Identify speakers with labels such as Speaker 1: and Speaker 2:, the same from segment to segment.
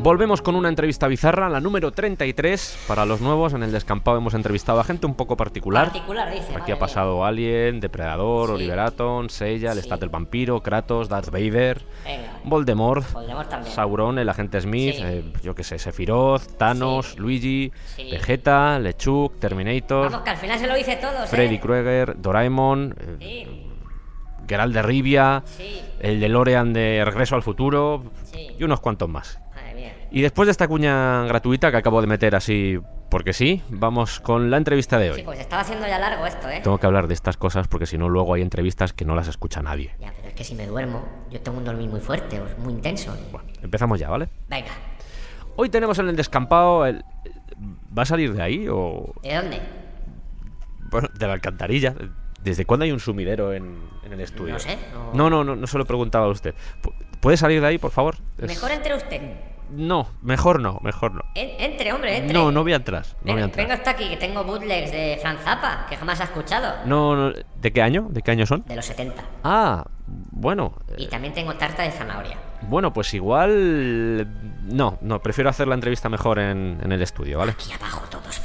Speaker 1: Volvemos con una entrevista bizarra, la número 33. Para los nuevos, en el descampado hemos entrevistado a gente un poco particular.
Speaker 2: Particular, dice,
Speaker 1: Aquí
Speaker 2: madre
Speaker 1: ha
Speaker 2: mía.
Speaker 1: pasado Alien, Depredador,
Speaker 2: Sí.
Speaker 1: Oliveraton, Seiya, el
Speaker 2: Sí.
Speaker 1: Stat del Vampiro, Kratos, Darth Vader,
Speaker 2: Venga.
Speaker 1: Voldemort,
Speaker 2: Voldemort también.
Speaker 1: Sauron, el agente Smith,
Speaker 2: Sí.
Speaker 1: eh, yo qué sé, Sephiroth, Thanos,
Speaker 2: Sí.
Speaker 1: Luigi,
Speaker 2: Sí.
Speaker 1: Vegeta, Lechuk, Terminator,
Speaker 2: Vamos, que al final se lo dice todo, ¿eh?
Speaker 1: Freddy Krueger, Doraemon, eh,
Speaker 2: Sí,
Speaker 1: Geralt de Rivia,
Speaker 2: sí.
Speaker 1: el DeLorean de Regreso al Futuro
Speaker 2: Sí.
Speaker 1: y unos cuantos más.
Speaker 2: Madre mía.
Speaker 1: Y después de esta cuña gratuita que acabo de meter así porque sí, vamos con la entrevista de hoy.
Speaker 2: Sí, pues estaba haciendo ya largo esto, ¿eh?
Speaker 1: Tengo que hablar de estas cosas porque si no luego hay entrevistas que no las escucha nadie.
Speaker 2: Ya, pero es que si me duermo, yo tengo un dormir muy fuerte, o muy intenso.
Speaker 1: Bueno, empezamos ya, ¿vale?
Speaker 2: Venga,
Speaker 1: Hoy tenemos en el descampado el... ¿Va a salir de ahí o...?
Speaker 2: ¿de dónde?
Speaker 1: Bueno, de la alcantarilla. ¿Desde cuándo hay un sumidero en, en el estudio?
Speaker 2: No sé, no-
Speaker 1: No, no, no, no se lo preguntaba a usted. Pu- ¿Puede salir de ahí, por favor? Es-
Speaker 2: Mejor entre usted.
Speaker 1: No, mejor no, mejor no.
Speaker 2: En- entre, hombre, entre.
Speaker 1: No, no voy a entrar. No voy a
Speaker 2: Venga, vengo
Speaker 1: entrar.
Speaker 2: hasta aquí, que tengo bootlegs de Franz Zappa, que jamás ha escuchado.
Speaker 1: No, no, ¿de qué año? ¿De qué año son?
Speaker 2: De los 70.
Speaker 1: Ah, bueno. eh,
Speaker 2: Y también tengo tarta de zanahoria.
Speaker 1: Bueno, pues igual... No, no, prefiero hacer la entrevista mejor en, en el estudio, ¿vale?
Speaker 2: Aquí abajo todos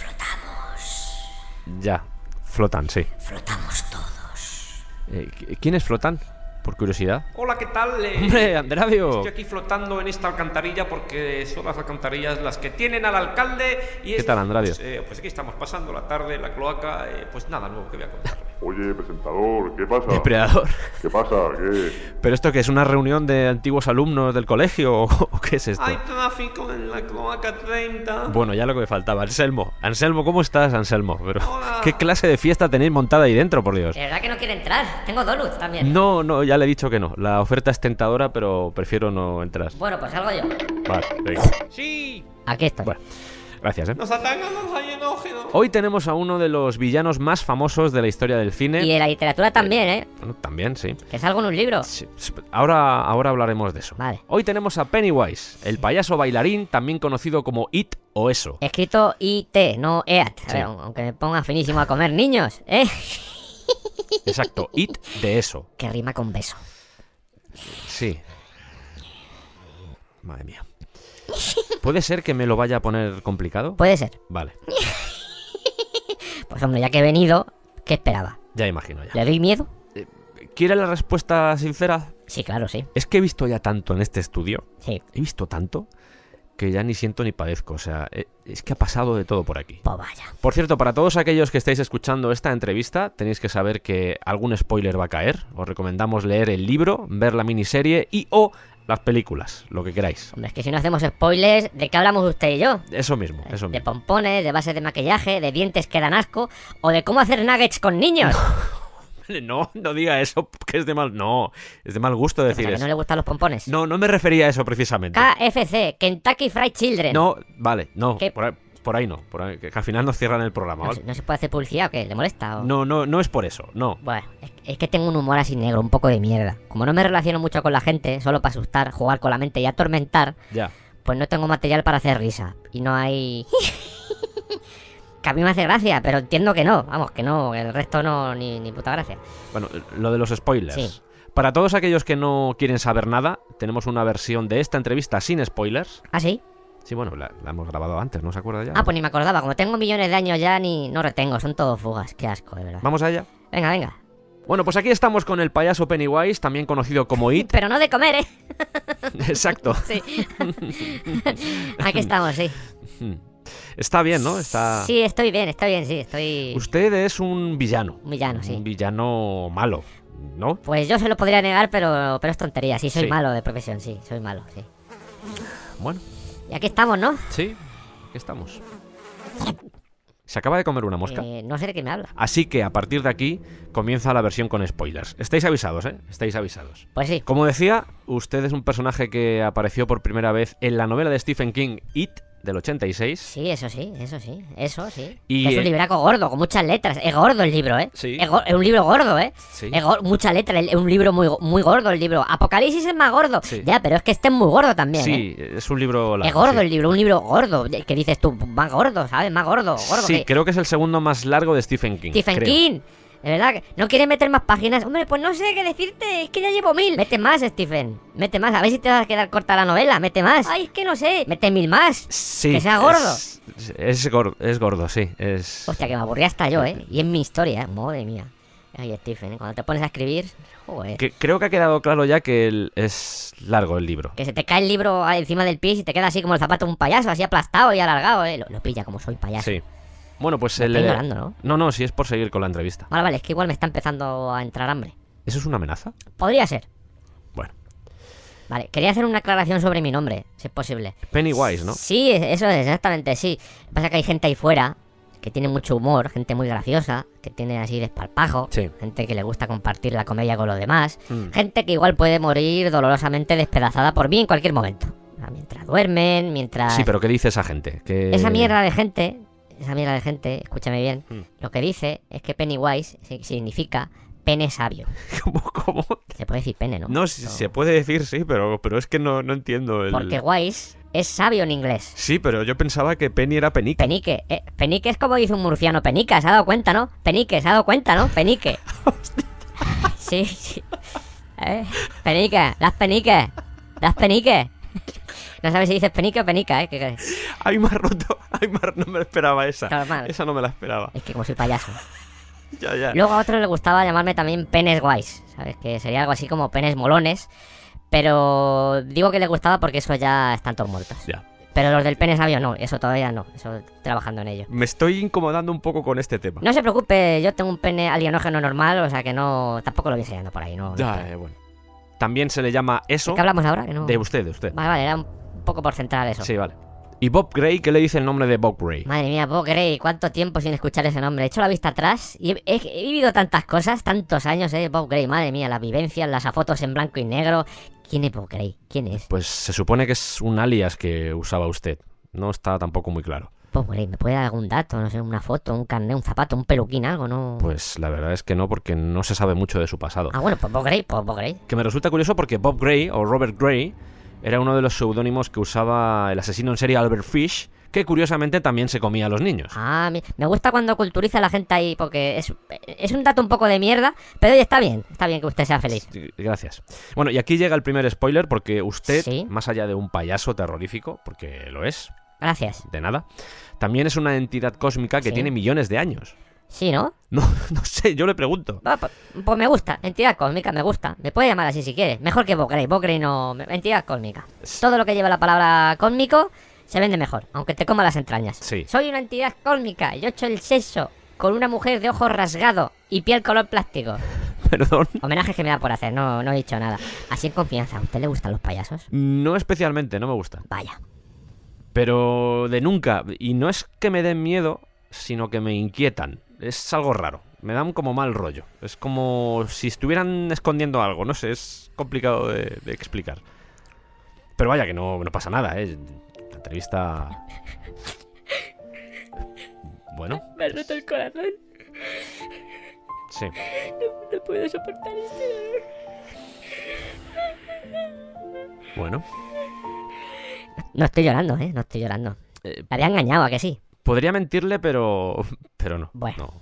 Speaker 2: flotamos.
Speaker 1: Ya, flotan, sí.
Speaker 2: Flotamos todos.
Speaker 1: Eh, ¿qu- ¿Quiénes flotan? Por curiosidad.
Speaker 3: Hola, ¿qué tal? Eh,
Speaker 1: Hombre, Andravio.
Speaker 3: Estoy aquí flotando en esta alcantarilla porque son las alcantarillas las que tienen al alcalde y
Speaker 1: ¿Qué
Speaker 3: es-
Speaker 1: tal, Andravio?
Speaker 3: Pues, eh, pues aquí estamos pasando la tarde en la cloaca, eh, pues nada nuevo que voy a contarle.
Speaker 4: Oye, presentador, ¿qué pasa?
Speaker 1: Depredador.
Speaker 4: ¿Qué pasa? ¿Qué?
Speaker 1: ¿Pero esto que es una reunión de antiguos alumnos del colegio o o qué es esto?
Speaker 3: Hay tráfico en la cloaca 30.
Speaker 1: Bueno, ya lo que me faltaba. Anselmo, Anselmo, ¿cómo estás, Anselmo? Pero,
Speaker 3: Hola.
Speaker 1: ¿Qué clase de fiesta tenéis montada ahí dentro, por Dios?
Speaker 2: De verdad que no quiere entrar. Tengo donuts también.
Speaker 1: Pues No, no, ya le he dicho que no. La oferta es tentadora, pero prefiero no entrar.
Speaker 2: Bueno, pues salgo yo.
Speaker 1: Vale, venga.
Speaker 3: Sí,
Speaker 2: Aquí estoy.
Speaker 1: Bueno, gracias, ¿eh?
Speaker 3: nos atacan los alienígenas.
Speaker 1: Hoy tenemos a uno de los villanos más famosos de la historia del cine.
Speaker 2: Y de la literatura también, ¿eh?
Speaker 1: Bueno, también, sí.
Speaker 2: Que salgo en un libro.
Speaker 1: Sí, sí, Ahora, ahora hablaremos de eso.
Speaker 2: Vale.
Speaker 1: Hoy tenemos a Pennywise, el payaso bailarín, también conocido como It o Eso.
Speaker 2: Escrito IT, no EAT. A
Speaker 1: Sí.
Speaker 2: ver, aunque me ponga finísimo a comer niños, ¿eh?
Speaker 1: Exacto, It de Eso.
Speaker 2: Que rima con beso.
Speaker 1: Sí. Madre mía. ¿Puede ser que me lo vaya a poner complicado?
Speaker 2: Puede ser.
Speaker 1: Vale,
Speaker 2: Pues hombre, ya que he venido, ¿qué esperaba?
Speaker 1: ya imagino ya.
Speaker 2: ¿Le doy miedo?
Speaker 1: ¿Quiere la respuesta sincera?
Speaker 2: Sí, claro, sí.
Speaker 1: Es que he visto ya tanto en este estudio,
Speaker 2: Sí.
Speaker 1: he visto tanto, que ya ni siento ni padezco. O sea, eh, es que ha pasado de todo por aquí.
Speaker 2: Pues vaya.
Speaker 1: Por cierto, para todos aquellos que estáis escuchando esta entrevista, tenéis que saber que algún spoiler va a caer. Os recomendamos leer el libro, ver la miniserie y o las películas, lo que queráis.
Speaker 2: Hombre, es que si no hacemos spoilers, ¿de qué hablamos usted y yo?
Speaker 1: Eso mismo, eso
Speaker 2: De
Speaker 1: mismo.
Speaker 2: pompones, de bases de maquillaje, de dientes que dan asco, o de cómo hacer nuggets con niños. Pues
Speaker 1: No, no diga eso, que es de mal... No, es de mal gusto
Speaker 2: O sea,
Speaker 1: decir
Speaker 2: que no
Speaker 1: eso.
Speaker 2: le Ah, gustan los pompones.
Speaker 1: No, no me refería a eso precisamente.
Speaker 2: KFC, Kentucky Fried Children.
Speaker 1: No, vale, no,
Speaker 2: ¿Qué?
Speaker 1: por ahí, por ahí no, por ahí- que al final nos cierran el programa,
Speaker 2: No, se-
Speaker 1: ¿vale?
Speaker 2: no se puede hacer publicidad o qué? ¿Le molesta? o-
Speaker 1: No, no, no es por eso, no.
Speaker 2: Bueno, es, es que tengo un humor así negro, un poco de mierda. Como no me relaciono mucho con la gente, solo para asustar, jugar con la mente y atormentar,
Speaker 1: Ya.
Speaker 2: pues no tengo material para hacer risa. Y no hay... que a mí me hace gracia, pero entiendo que no. Vamos, que no, el resto no, ni, ni puta gracia.
Speaker 1: Bueno, lo de los spoilers.
Speaker 2: Sí.
Speaker 1: Para todos aquellos que no quieren saber nada, tenemos una versión de esta entrevista sin spoilers.
Speaker 2: ¿Ah, sí?
Speaker 1: Sí, bueno, la, la hemos grabado antes, ¿no se acuerda ya?
Speaker 2: Ah, pues ni me acordaba. Como tengo millones de años ya, ni no retengo. Son todos fugas. Qué asco, de verdad.
Speaker 1: Vamos allá.
Speaker 2: Venga, venga.
Speaker 1: Bueno, pues aquí estamos con el payaso Pennywise, también conocido como It.
Speaker 2: Pero no de comer, ¿eh?
Speaker 1: Exacto.
Speaker 2: Sí. Aquí estamos, sí.
Speaker 1: Está bien, ¿no? Está.
Speaker 2: Sí, estoy bien, estoy bien, sí. Estoy...
Speaker 1: Usted es un villano.
Speaker 2: Un villano, sí.
Speaker 1: Un villano malo, ¿no?
Speaker 2: Pues yo se lo podría negar, pero, pero es tontería. Sí, soy
Speaker 1: Sí.
Speaker 2: malo de profesión, sí, soy malo, sí.
Speaker 1: Bueno,
Speaker 2: Y aquí estamos, ¿no?
Speaker 1: sí, aquí estamos. Se acaba de comer una mosca.
Speaker 2: Eh, no sé de qué me habla.
Speaker 1: Así que a partir de aquí comienza la versión con spoilers. Estáis avisados, ¿eh? Estáis avisados.
Speaker 2: Pues sí,
Speaker 1: Como decía, usted es un personaje que apareció por primera vez en la novela de Stephen King, It, del 86.
Speaker 2: sí, eso sí, eso sí, eso sí.
Speaker 1: Y,
Speaker 2: es un
Speaker 1: eh,
Speaker 2: libraco gordo, con muchas letras. Es gordo el libro, ¿eh?
Speaker 1: Sí.
Speaker 2: Es, go- es un libro gordo, ¿eh?
Speaker 1: Sí.
Speaker 2: Es go- mucha letra, el- es un libro muy, go- muy gordo el libro. Apocalipsis es más gordo.
Speaker 1: Sí.
Speaker 2: Ya, pero es que este es muy gordo también,
Speaker 1: sí,
Speaker 2: ¿eh?
Speaker 1: es un libro largo.
Speaker 2: Es gordo
Speaker 1: sí.
Speaker 2: el libro, un libro gordo. de- Que dices tú, más gordo, ¿sabes? Más gordo, gordo.
Speaker 1: Sí,
Speaker 2: que-
Speaker 1: creo que es el segundo más largo de Stephen King.
Speaker 2: Stephen
Speaker 1: creo.
Speaker 2: King. De verdad, que no quieres meter más páginas. Hombre, pues no sé qué decirte, es que ya llevo mil. Mete más, Stephen. Mete más, a ver si te vas a quedar corta la novela. Mete más. Ay, es que no sé. Mete mil más.
Speaker 1: Sí.
Speaker 2: Que sea gordo.
Speaker 1: Es, es gordo, es gordo, sí. Es...
Speaker 2: Hostia, que me aburrí hasta yo, ¿eh? Y es mi historia, ¿eh? Madre mía. Ay, Stephen, ¿eh? cuando te pones a escribir... Joder.
Speaker 1: Que- creo que ha quedado claro ya que el- es largo el libro.
Speaker 2: Que se te cae el libro a- encima del pie y te queda así como el zapato de un payaso, así aplastado y alargado, ¿eh? Lo, lo pilla como soy payaso.
Speaker 1: Sí. Bueno, pues
Speaker 2: Me
Speaker 1: el.
Speaker 2: está
Speaker 1: eh,
Speaker 2: ignorando, ¿no?
Speaker 1: No, no, sí es por seguir con la entrevista.
Speaker 2: Vale, vale, es que igual me está empezando a entrar hambre.
Speaker 1: ¿Eso es una amenaza?
Speaker 2: Podría ser.
Speaker 1: Bueno.
Speaker 2: Vale, quería hacer una aclaración sobre mi nombre, si es posible.
Speaker 1: Pennywise, ¿no?
Speaker 2: Sí, e- eso es, exactamente, sí. Lo que Pasa es que hay gente ahí fuera que tiene mucho humor, gente muy graciosa, que tiene así desparpajo,
Speaker 1: Sí.
Speaker 2: gente que le gusta compartir la comedia con los demás,
Speaker 1: Mm.
Speaker 2: gente que igual puede morir dolorosamente despedazada por mí en cualquier momento. Ah, Mientras duermen, mientras...
Speaker 1: Sí, pero eh, ¿qué dice esa gente? Que-
Speaker 2: Ah. Esa mierda de gente, esa mierda de gente, escúchame bien,
Speaker 1: Mm.
Speaker 2: lo que dice es que Pennywise si- significa pene sabio.
Speaker 1: ¿Cómo, cómo?
Speaker 2: Se puede decir pene, ¿no?
Speaker 1: No, sí, se puede decir, sí, pero, pero es que no, no entiendo el.
Speaker 2: Porque wise es sabio en inglés.
Speaker 1: Sí, pero yo pensaba que Penny era penique.
Speaker 2: Penique, eh, penique es como dice un murciano, penica, se ha dado cuenta, ¿no? Penique, se ha dado cuenta, ¿no? Penique. sí, sí. Eh, Penique, las peniques, las peniques. no sabes si dices penique o penica, ¿eh? que- que-
Speaker 1: Ay, más roto. Ay, más no me esperaba esa.
Speaker 2: Normal.
Speaker 1: Esa no me la esperaba.
Speaker 2: es que como soy payaso.
Speaker 1: Ya, ya.
Speaker 2: Luego a otro le gustaba llamarme también penes guays, ¿sabes? Que sería algo así como penes molones. Pero digo que le gustaba porque eso ya están todos muertos.
Speaker 1: Ya.
Speaker 2: Pero los del pene sabio no, eso todavía no, eso trabajando en ello.
Speaker 1: Me estoy incomodando un poco con este tema.
Speaker 2: No se preocupe, yo tengo un pene alienógeno normal, o sea que no, tampoco lo voy enseñando por ahí, ¿no? no
Speaker 1: Ya, eh, bueno. También se le llama
Speaker 2: ¿De
Speaker 1: eso
Speaker 2: qué hablamos ahora? Que no...
Speaker 1: de usted, de usted.
Speaker 2: Vale, vale, era un poco por centrar eso.
Speaker 1: Sí, vale. ¿Y Bob Gray? ¿Qué le dice el nombre de Bob Gray?
Speaker 2: Madre mía, Bob Gray, cuánto tiempo sin escuchar ese nombre. He hecho la vista atrás y he, he- he vivido tantas cosas, tantos años, eh, Bob Gray. Madre mía, las vivencias, las fotos en blanco y negro. ¿Quién es Bob Gray? ¿Quién es?
Speaker 1: Pues se supone que es un alias que usaba usted. No está tampoco muy claro.
Speaker 2: Bob Gray, ¿me puede dar algún dato? No sé, una foto, un carnet, un zapato, un peluquín, algo, ¿no?
Speaker 1: Pues la verdad es que no, porque no se sabe mucho de su pasado.
Speaker 2: Ah, bueno, pues Bob Gray, pues Bob Gray.
Speaker 1: Que me resulta curioso porque Bob Gray o Robert Gray era uno de los seudónimos que usaba el asesino en serie Albert Fish, que curiosamente también se comía a los niños.
Speaker 2: Ah, mi- me gusta cuando culturiza a la gente ahí porque es, es un dato un poco de mierda, pero oye, está bien, está bien que usted sea feliz.
Speaker 1: Sí, Gracias. Bueno, y aquí llega el primer spoiler porque usted,
Speaker 2: Sí.
Speaker 1: más allá de un payaso terrorífico, porque lo es,
Speaker 2: Gracias.
Speaker 1: de nada, también es una entidad cósmica que
Speaker 2: Sí.
Speaker 1: tiene millones de años.
Speaker 2: ¿Sí, no?
Speaker 1: No, no sé, yo le pregunto.
Speaker 2: Ah, pues, pues me gusta, entidad cósmica, me gusta. Me puede llamar así si quiere. Mejor que Bocrey, Bocrey no. Entidad cósmica. Todo lo que lleva la palabra cósmico se vende mejor, aunque te coma las entrañas.
Speaker 1: Sí.
Speaker 2: Soy una entidad cósmica, yo echo el sexo con una mujer de ojos rasgado y piel color plástico.
Speaker 1: Perdón.
Speaker 2: Homenaje que me da por hacer, no, no he dicho nada. Así en confianza, ¿a usted le gustan los payasos?
Speaker 1: No especialmente, no me gusta.
Speaker 2: Vaya.
Speaker 1: Pero de nunca. Y no es que me den miedo, sino que me inquietan. Es algo raro. Me dan como mal rollo. Es como si estuvieran escondiendo algo. No sé, es complicado de, de explicar. Pero vaya, que no, no pasa nada, ¿eh? La entrevista. Bueno,
Speaker 5: Me has roto el corazón.
Speaker 1: sí.
Speaker 5: No puedo soportar este dolor.
Speaker 1: Bueno.
Speaker 2: No estoy llorando, ¿eh? No estoy llorando.
Speaker 1: Eh,
Speaker 2: La había engañado, ¿a que sí?
Speaker 1: Podría mentirle, pero. Pero no.
Speaker 2: Bueno.
Speaker 1: no.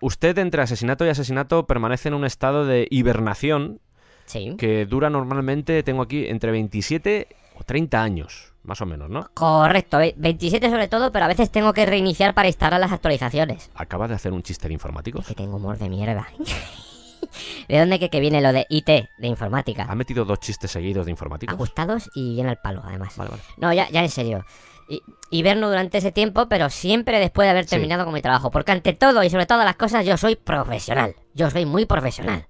Speaker 1: Usted, entre asesinato y asesinato, permanece en un estado de hibernación
Speaker 2: Sí.
Speaker 1: que dura normalmente, tengo aquí, entre 27 o 30 años, más o menos, ¿no?
Speaker 2: Correcto, ve- 27 sobre todo, pero a veces tengo que reiniciar para instalar las actualizaciones.
Speaker 1: Acaba de hacer un chiste de informáticos.
Speaker 2: Que tengo humor de mierda. ¿De dónde que, que viene lo de IT, de
Speaker 1: Ha
Speaker 2: informática?
Speaker 1: metido dos chistes seguidos de
Speaker 2: Ah,
Speaker 1: informáticos.
Speaker 2: Ajustados y bien al palo, además.
Speaker 1: Vale, vale.
Speaker 2: No, ya, ya en serio. Y, hiberno durante ese tiempo, pero siempre después de haber
Speaker 1: Sí.
Speaker 2: terminado con mi trabajo. Porque ante todo y sobre todas las cosas, yo soy profesional. Yo soy muy profesional.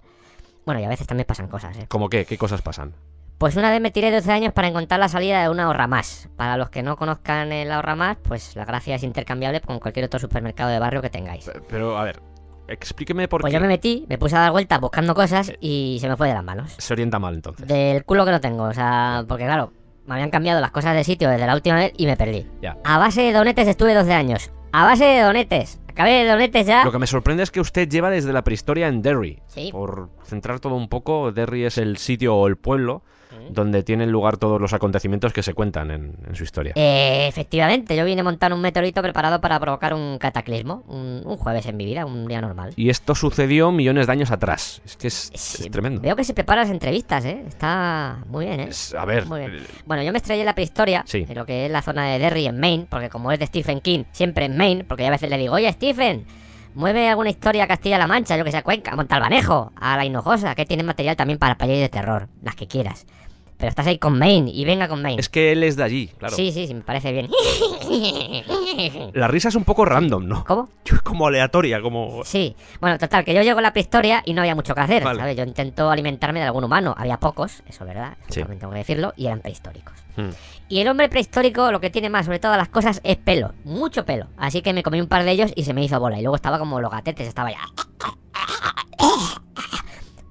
Speaker 2: Bueno, y a veces también pasan cosas, ¿eh?
Speaker 1: ¿Cómo qué? ¿Qué cosas pasan?
Speaker 2: Pues una vez me tiré 12 años para encontrar la salida de una ahorra más. Para los que no conozcan el ahorra más, pues la gracia es intercambiable con cualquier otro supermercado de barrio que tengáis.
Speaker 1: Pe- Pero, a ver, explíqueme por
Speaker 2: Pues
Speaker 1: qué
Speaker 2: yo me metí, me puse a dar vueltas buscando cosas y se me fue de las manos.
Speaker 1: se orienta mal entonces.
Speaker 2: Del culo que no tengo, o sea, porque claro, me habían cambiado las cosas de sitio desde la última vez y me perdí.
Speaker 1: Ya.
Speaker 2: A base de donetes estuve 12 años. A base de donetes. Acabe de doblete ya.
Speaker 1: Lo que me sorprende es que usted lleva desde la prehistoria en Derry.
Speaker 2: Ah. Sí.
Speaker 1: Por centrar todo un poco, Derry es el sitio o el pueblo donde tienen lugar todos los acontecimientos que se cuentan en, en su historia.
Speaker 2: Eh, efectivamente, yo vine montando un meteorito preparado para provocar un cataclismo. Un, un jueves en mi vida, un día normal.
Speaker 1: Y esto sucedió millones de años atrás. Es que es,
Speaker 2: Sí,
Speaker 1: es tremendo.
Speaker 2: Veo que se prepara las entrevistas, ¿eh? Está muy bien, ¿eh?
Speaker 1: Es- a ver,
Speaker 2: Muy bien.
Speaker 1: eh,
Speaker 2: Bueno, yo me estrellé en la prehistoria,
Speaker 1: Sí.
Speaker 2: en lo que es la zona de Derry, en Maine, porque como es de Stephen King, siempre en Maine, porque yo a veces le digo, oye, Stephen, mueve alguna historia a Castilla-La Mancha, yo que sé, a Cuenca, a Montalbanejo, a La Hinojosa, que tienen material también para pelis de terror, las que quieras. Pero estás ahí con Maine, y venga con Maine.
Speaker 1: es que él es de allí, claro.
Speaker 2: Sí, sí, sí, me parece bien.
Speaker 1: La risa es un poco random, ¿no?
Speaker 2: ¿Cómo?
Speaker 1: Como aleatoria, como...
Speaker 2: Sí, bueno, total, que yo llego a la prehistoria y no había mucho que hacer,
Speaker 1: Vale.
Speaker 2: ¿sabes? Yo intento alimentarme de algún humano, había pocos, eso es verdad, eso
Speaker 1: Sí.
Speaker 2: también tengo que decirlo, y eran prehistóricos.
Speaker 1: Hmm.
Speaker 2: Y el hombre prehistórico lo que tiene más, sobre todas las cosas, es pelo, mucho pelo. Así que me comí un par de ellos y se me hizo bola, y luego estaba como los gatetes, estaba ya...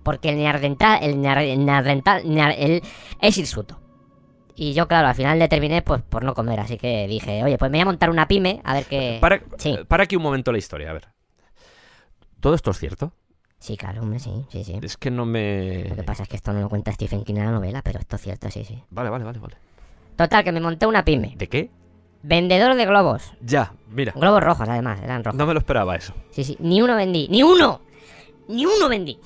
Speaker 2: Porque el neardental, el near- el neardental, near- el- es hirsuto. Y yo, claro, al final determiné pues por no comer, así que dije, oye, pues me voy a montar una pyme, a ver qué...
Speaker 1: Para,
Speaker 2: Sí.
Speaker 1: para aquí un momento la historia, a ver. ¿Todo esto es cierto?
Speaker 2: Sí, claro, hombre, sí, sí, sí.
Speaker 1: Es que no me...
Speaker 2: Lo que pasa es que esto no lo cuenta Stephen King en la novela, pero esto es cierto, sí, sí.
Speaker 1: Vale, vale, vale, vale.
Speaker 2: Total, que me monté una pyme.
Speaker 1: ¿De qué?
Speaker 2: Vendedor de globos.
Speaker 1: Ya, mira.
Speaker 2: Globos rojos, además, eran rojos.
Speaker 1: No me lo esperaba eso.
Speaker 2: Sí, sí, ni uno vendí, ni uno. Ni uno vendí.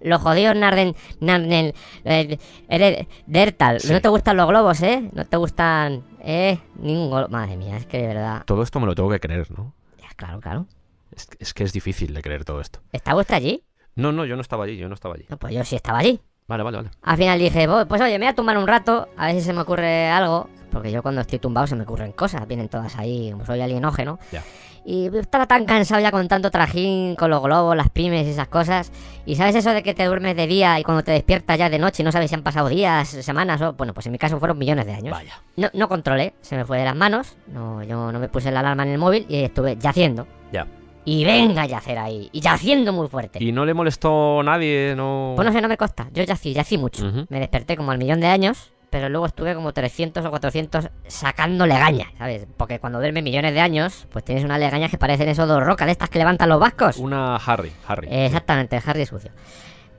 Speaker 2: Los jodidos Narden, Narden, eh, eres- Dertal.
Speaker 1: Sí.
Speaker 2: No te gustan los globos, ¿eh? No te gustan, ¿eh? Ningún globo. Madre mía, es que de verdad.
Speaker 1: Todo esto me lo tengo que creer, ¿no?
Speaker 2: Ya, Claro, claro.
Speaker 1: Es, es que es difícil de creer todo esto.
Speaker 2: ¿Estaba usted allí?
Speaker 1: No, no, yo no estaba allí, yo no estaba allí.
Speaker 2: No, pues yo sí estaba allí.
Speaker 1: Vale, vale, vale.
Speaker 2: Al final dije, "Bo- pues oye, me voy a tumbar un rato, a ver si se me ocurre algo. Porque yo cuando estoy tumbado se me ocurren cosas, vienen todas ahí, como soy alienógeno.
Speaker 1: Ya.
Speaker 2: Y estaba tan cansado ya con tanto trajín, con los globos, las pymes y esas cosas. Y sabes eso de que te duermes de día y cuando te despiertas ya de noche y no sabes si han pasado días, semanas o... Bueno, pues en mi caso fueron millones de años.
Speaker 1: Vaya.
Speaker 2: No, no controlé, se me fue de las manos, no, yo no me puse la alarma en el móvil y estuve yaciendo.
Speaker 1: Ya.
Speaker 2: Y venga a yacer ahí, y yaciendo muy fuerte.
Speaker 1: Y no le molestó nadie, no...
Speaker 2: Pues no sé, no me consta. Yo yací, yací mucho.
Speaker 1: Ujú.
Speaker 2: Me desperté como al millón de años, pero luego estuve como 300 o 400 sacando legañas, ¿sabes? Porque cuando duermes millones de años, pues tienes unas legañas que parecen esos dos rocas de estas que levantan los vascos.
Speaker 1: Una Harry, Harry.
Speaker 2: Eh, Exactamente, Harry sucio.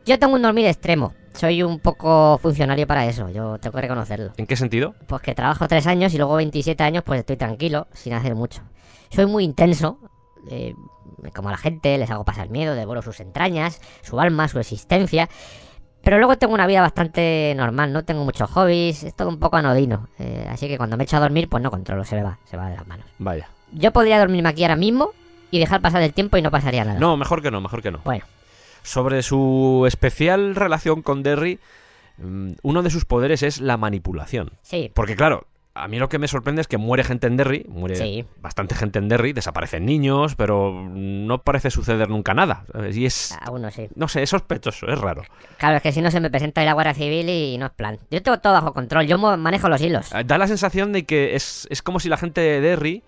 Speaker 2: Yo tengo un dormir extremo. Soy un poco funcionario para eso, yo tengo que reconocerlo.
Speaker 1: ¿En qué sentido?
Speaker 2: Pues que trabajo tres años y luego 27 años, pues estoy tranquilo, sin hacer mucho. Soy muy intenso, eh, me como a la gente, les hago pasar miedo, devoro sus entrañas, su alma, su existencia. Pero luego tengo una vida bastante normal, no tengo muchos hobbies, es todo un poco anodino. eh, así que cuando me echo a dormir, pues no controlo, se me va, se me va de las manos.
Speaker 1: Vaya.
Speaker 2: Yo podría dormirme aquí ahora mismo y dejar pasar el tiempo y no pasaría nada.
Speaker 1: No, mejor que no, mejor que no.
Speaker 2: Bueno,
Speaker 1: Sobre su especial relación con Derry, mm, uno de sus poderes es la manipulación.
Speaker 2: sí,
Speaker 1: Porque claro, a mí lo que me sorprende es que muere gente en Derry, muere
Speaker 2: Sí.
Speaker 1: bastante gente en Derry, desaparecen niños, pero no parece suceder nunca nada. ¿sabes? Y es,
Speaker 2: a uno sí.
Speaker 1: no sé, es sospechoso, es raro.
Speaker 2: Claro, es que si no se me presenta ahí la Guardia Civil y no es plan. Yo tengo todo bajo control, yo mo- manejo los hilos.
Speaker 1: Eh, Da la sensación de que es, es como si la gente de Derry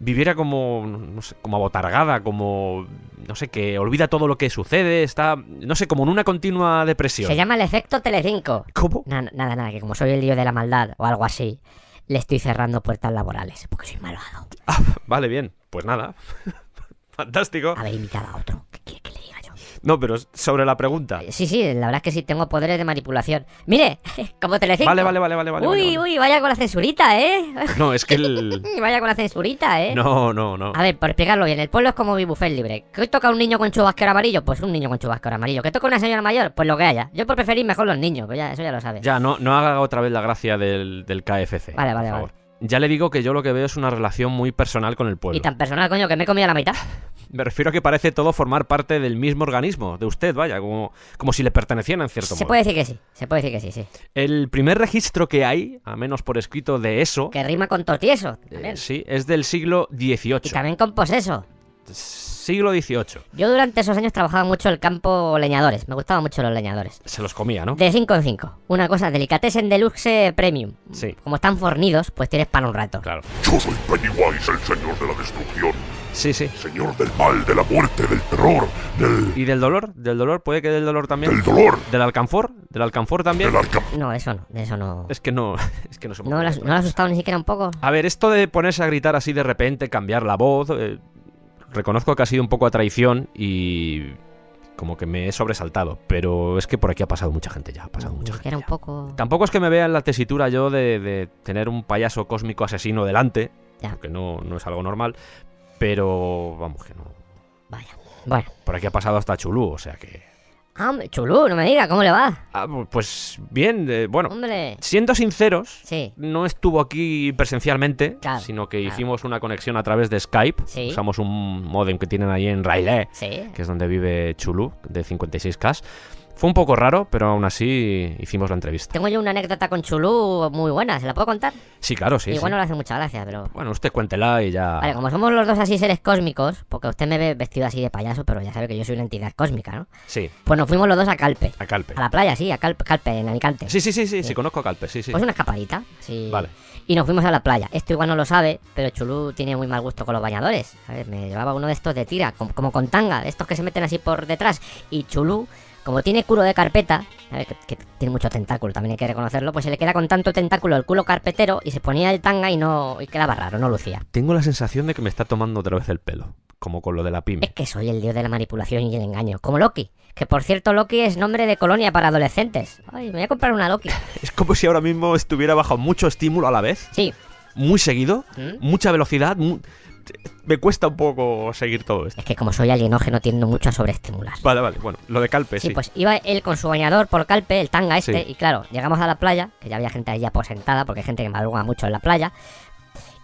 Speaker 1: viviera como, no sé, como abotargada, como, no sé, que olvida todo lo que sucede, está, no sé, como en una continua depresión.
Speaker 2: Se llama el efecto Telecinco.
Speaker 1: ¿Cómo?
Speaker 2: Na- nada, nada, que como soy el lío de la maldad o algo así, le estoy cerrando puertas laborales porque soy malvado.
Speaker 1: Ah, vale, bien. Pues nada. Fantástico.
Speaker 2: Haber invitado a otro. ¿Qué quiere que le diga yo?
Speaker 1: No, pero sobre la pregunta.
Speaker 2: Eh, Sí, sí, la verdad es que sí tengo poderes de manipulación. ¡Mire! Como Telecinco.
Speaker 1: Vale, vale, vale, vale, vale.
Speaker 2: uy,
Speaker 1: vale, vale.
Speaker 2: uy, vaya con la censurita, ¿eh?
Speaker 1: No, es que el...
Speaker 2: vaya con la censurita, ¿eh?
Speaker 1: No, no, no.
Speaker 2: A ver, por explicarlo bien, el pueblo es como mi buffet libre. ¿Qué toca un niño con chubasquero amarillo? Pues un niño con chubasquero amarillo. ¿Qué toca una señora mayor? Pues lo que haya. Yo por preferir mejor los niños, pues ya, eso ya lo sabes.
Speaker 1: Ya, no, no haga otra vez la gracia del, del KFC.
Speaker 2: Vale,
Speaker 1: por
Speaker 2: vale,
Speaker 1: favor. Ya le digo que yo lo que veo es una relación muy personal con el
Speaker 2: y
Speaker 1: pueblo.
Speaker 2: tan personal, coño, que me he comido la mitad.
Speaker 1: Me refiero a que parece todo formar parte del mismo organismo, de usted, vaya, como, como si le pertenecieran en cierto
Speaker 2: Se
Speaker 1: modo.
Speaker 2: puede decir que sí, se puede decir que sí, sí.
Speaker 1: El primer registro que hay, a menos por escrito, de eso,
Speaker 2: Que rima con totieso.
Speaker 1: eh,
Speaker 2: También.
Speaker 1: sí, es del siglo
Speaker 2: Y
Speaker 1: XVIII.
Speaker 2: también con poseso.
Speaker 1: Siglo XVIII.
Speaker 2: Yo durante esos años trabajaba mucho el campo leñadores. Me gustaban mucho los leñadores.
Speaker 1: Se los comía, ¿no?
Speaker 2: De 5 en 5. Una cosa, delicatessen deluxe premium.
Speaker 1: Sí.
Speaker 2: Como están fornidos, pues tienes para un rato.
Speaker 1: Claro.
Speaker 4: Yo soy Pennywise, el señor de la destrucción,
Speaker 1: Sí, sí.
Speaker 4: señor del mal, de la muerte, del terror, del,
Speaker 1: ¿Y del dolor? ¿Del dolor? ¿Puede que del dolor también?
Speaker 4: del dolor,
Speaker 1: ¿Del alcanfor? ¿Del alcanfor también?
Speaker 4: del arca...
Speaker 2: No, eso no, de eso no.
Speaker 1: Es que no, es que no se me
Speaker 2: ¿No lo
Speaker 1: ocurre
Speaker 2: has,
Speaker 1: otro.
Speaker 2: no lo has asustado ni siquiera un poco?
Speaker 1: A ver, esto de ponerse a gritar así de repente, cambiar la voz, eh, reconozco que ha sido un poco a traición y como que me he sobresaltado, pero es que por aquí ha pasado mucha gente ya, ha pasado mucha
Speaker 2: Ni
Speaker 1: gente.
Speaker 2: siquiera un
Speaker 1: ya.
Speaker 2: poco.
Speaker 1: Tampoco es que me vea en la tesitura yo de, de tener un payaso cósmico asesino delante,
Speaker 2: Ya.
Speaker 1: porque no, no es algo normal, pero Oh, vamos que no.
Speaker 2: Vaya. Bueno.
Speaker 1: Por aquí ha pasado hasta Chulú, o sea que...
Speaker 2: Ah, hombre, Chulú, no me diga, ¿cómo le va?
Speaker 1: Ah, pues bien, eh, bueno,
Speaker 2: Hombre.
Speaker 1: siendo sinceros,
Speaker 2: Sí.
Speaker 1: no estuvo aquí presencialmente,
Speaker 2: Claro,
Speaker 1: sino que
Speaker 2: claro.
Speaker 1: hicimos una conexión a través de Skype.
Speaker 2: Sí.
Speaker 1: Usamos un modem que tienen ahí en Railé,
Speaker 2: Sí.
Speaker 1: que es donde vive Chulu, de 56K. Fue un poco raro, pero aún así hicimos la entrevista.
Speaker 2: Tengo yo una anécdota con Chulú muy buena, ¿se la puedo contar?
Speaker 1: Sí, claro, sí. sí.
Speaker 2: Igual no le hace mucha gracia, pero.
Speaker 1: Bueno, usted cuéntela y ya.
Speaker 2: Vale, como somos los dos así seres cósmicos, porque usted me ve vestido así de payaso, pero ya sabe que yo soy una entidad cósmica, ¿no?
Speaker 1: Sí,
Speaker 2: Pues nos fuimos los dos a Calpe.
Speaker 1: a Calpe.
Speaker 2: A la playa, sí, a Calpe, Calpe en Alicante.
Speaker 1: Sí, sí, sí,
Speaker 2: Eh.
Speaker 1: sí, sí, conozco a Calpe, sí, sí.
Speaker 2: Pues una escapadita, sí.
Speaker 1: Vale.
Speaker 2: Y nos fuimos a la playa. Esto igual no lo sabe, pero Chulú tiene muy mal gusto con los bañadores. A ver, me llevaba uno de estos de tira, com- como, con tanga, de estos que se meten así por detrás. Y Chulú, como tiene culo de carpeta, a ver, que, que tiene mucho tentáculo, también hay que reconocerlo, pues se le queda con tanto tentáculo el culo carpetero y se ponía el tanga y no y quedaba raro, no lucía.
Speaker 1: Tengo la sensación de que me está tomando otra vez el pelo, como con lo de la
Speaker 2: Es
Speaker 1: pyme.
Speaker 2: que soy el dios de la manipulación y el engaño, como Loki. Que por cierto, Loki es nombre de colonia para adolescentes. Ay, me voy a comprar una Loki.
Speaker 1: Es como si ahora mismo estuviera bajo mucho estímulo a la vez,
Speaker 2: Sí,
Speaker 1: muy seguido,
Speaker 2: ¿Mm?
Speaker 1: mucha velocidad. mu- Me cuesta un poco seguir todo esto.
Speaker 2: es que como soy alienógeno tiendo mucho a sobreestimular.
Speaker 1: Vale, vale, bueno, lo de Calpe, sí.
Speaker 2: Sí, pues iba él con su bañador por Calpe, el tanga este,
Speaker 1: Sí.
Speaker 2: y claro, llegamos a la playa, que ya había gente ahí aposentada, porque hay gente que madruga mucho en la playa,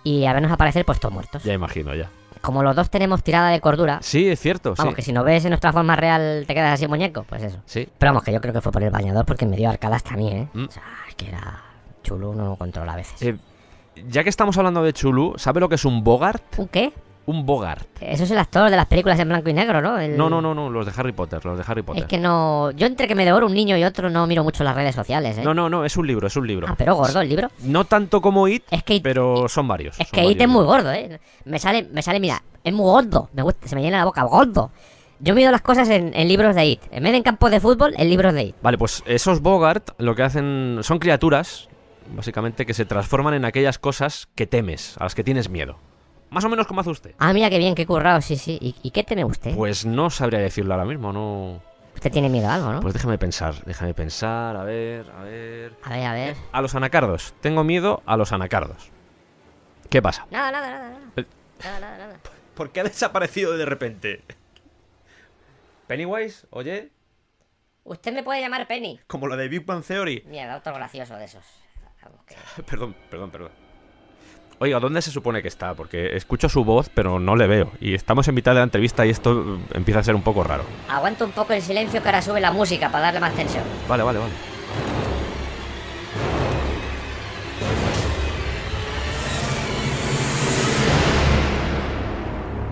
Speaker 2: y a vernos aparecer pues todos muertos.
Speaker 1: Ya imagino, ya.
Speaker 2: Como los dos tenemos tirada de cordura,
Speaker 1: Sí, es cierto,
Speaker 2: vamos,
Speaker 1: sí.
Speaker 2: que si nos ves en nuestra forma real te quedas así muñeco, pues eso.
Speaker 1: Sí.
Speaker 2: Pero vamos, que yo creo que fue por el bañador porque me dio arcadas también, ¿eh?
Speaker 1: Mm.
Speaker 2: O sea, es que era chulo, no lo controla a veces.
Speaker 1: Eh, ya que estamos hablando de Chulu, ¿sabe lo que es un Bogart?
Speaker 2: ¿Un qué?
Speaker 1: Un Bogart.
Speaker 2: Eso es el actor de las películas en blanco y negro, ¿no? El-
Speaker 1: No, no, no, no, los de Harry Potter, los de Harry Potter.
Speaker 2: Eh. Es que no... Yo entre que me devoro un niño y otro no miro mucho las redes sociales, ¿eh?
Speaker 1: No, no, no, es un libro, es un libro.
Speaker 2: Ah, pero gordo el libro.
Speaker 1: No tanto como It,
Speaker 2: Es que
Speaker 1: pero son varios.
Speaker 2: Es
Speaker 1: son
Speaker 2: que It es
Speaker 1: varios.
Speaker 2: muy gordo, ¿eh? Me sale, me sale, mira, es muy gordo. Me gusta, se me llena la boca, gordo. Yo mido las cosas en, en libros de It. En vez de en campos de fútbol, en libros de It.
Speaker 1: Vale, pues esos Bogart lo que hacen son criaturas, básicamente, que se transforman en aquellas cosas que temes, a las que tienes miedo. Más o menos como hace usted.
Speaker 2: Ah, mira qué bien, qué currado, sí, sí. ¿Y, y qué teme usted?
Speaker 1: Pues no sabría decirlo ahora mismo, no.
Speaker 2: Usted tiene miedo a algo, ¿no?
Speaker 1: Pues déjame pensar, déjame pensar, a ver, a ver.
Speaker 2: A ver, a ver.
Speaker 1: A los anacardos. Tengo miedo a los anacardos. ¿Qué pasa?
Speaker 2: Nada, nada, nada, nada.
Speaker 1: Eh.
Speaker 2: Nada, nada, nada.
Speaker 1: ¿Por qué ha desaparecido de repente? Pennywise, oye,
Speaker 2: Usted me puede llamar Penny.
Speaker 1: como lo de Big Bang Theory.
Speaker 2: Mierda, otro gracioso de esos. Vamos, que-
Speaker 1: Perdón, perdón, perdón. Oiga, ¿dónde se supone que está? Porque escucho su voz, pero no le veo. Y estamos en mitad de la entrevista y esto eh, empieza a ser un poco raro.
Speaker 2: Aguanta un poco el silencio que ahora sube la música para darle más tensión.
Speaker 1: Vale, vale, vale.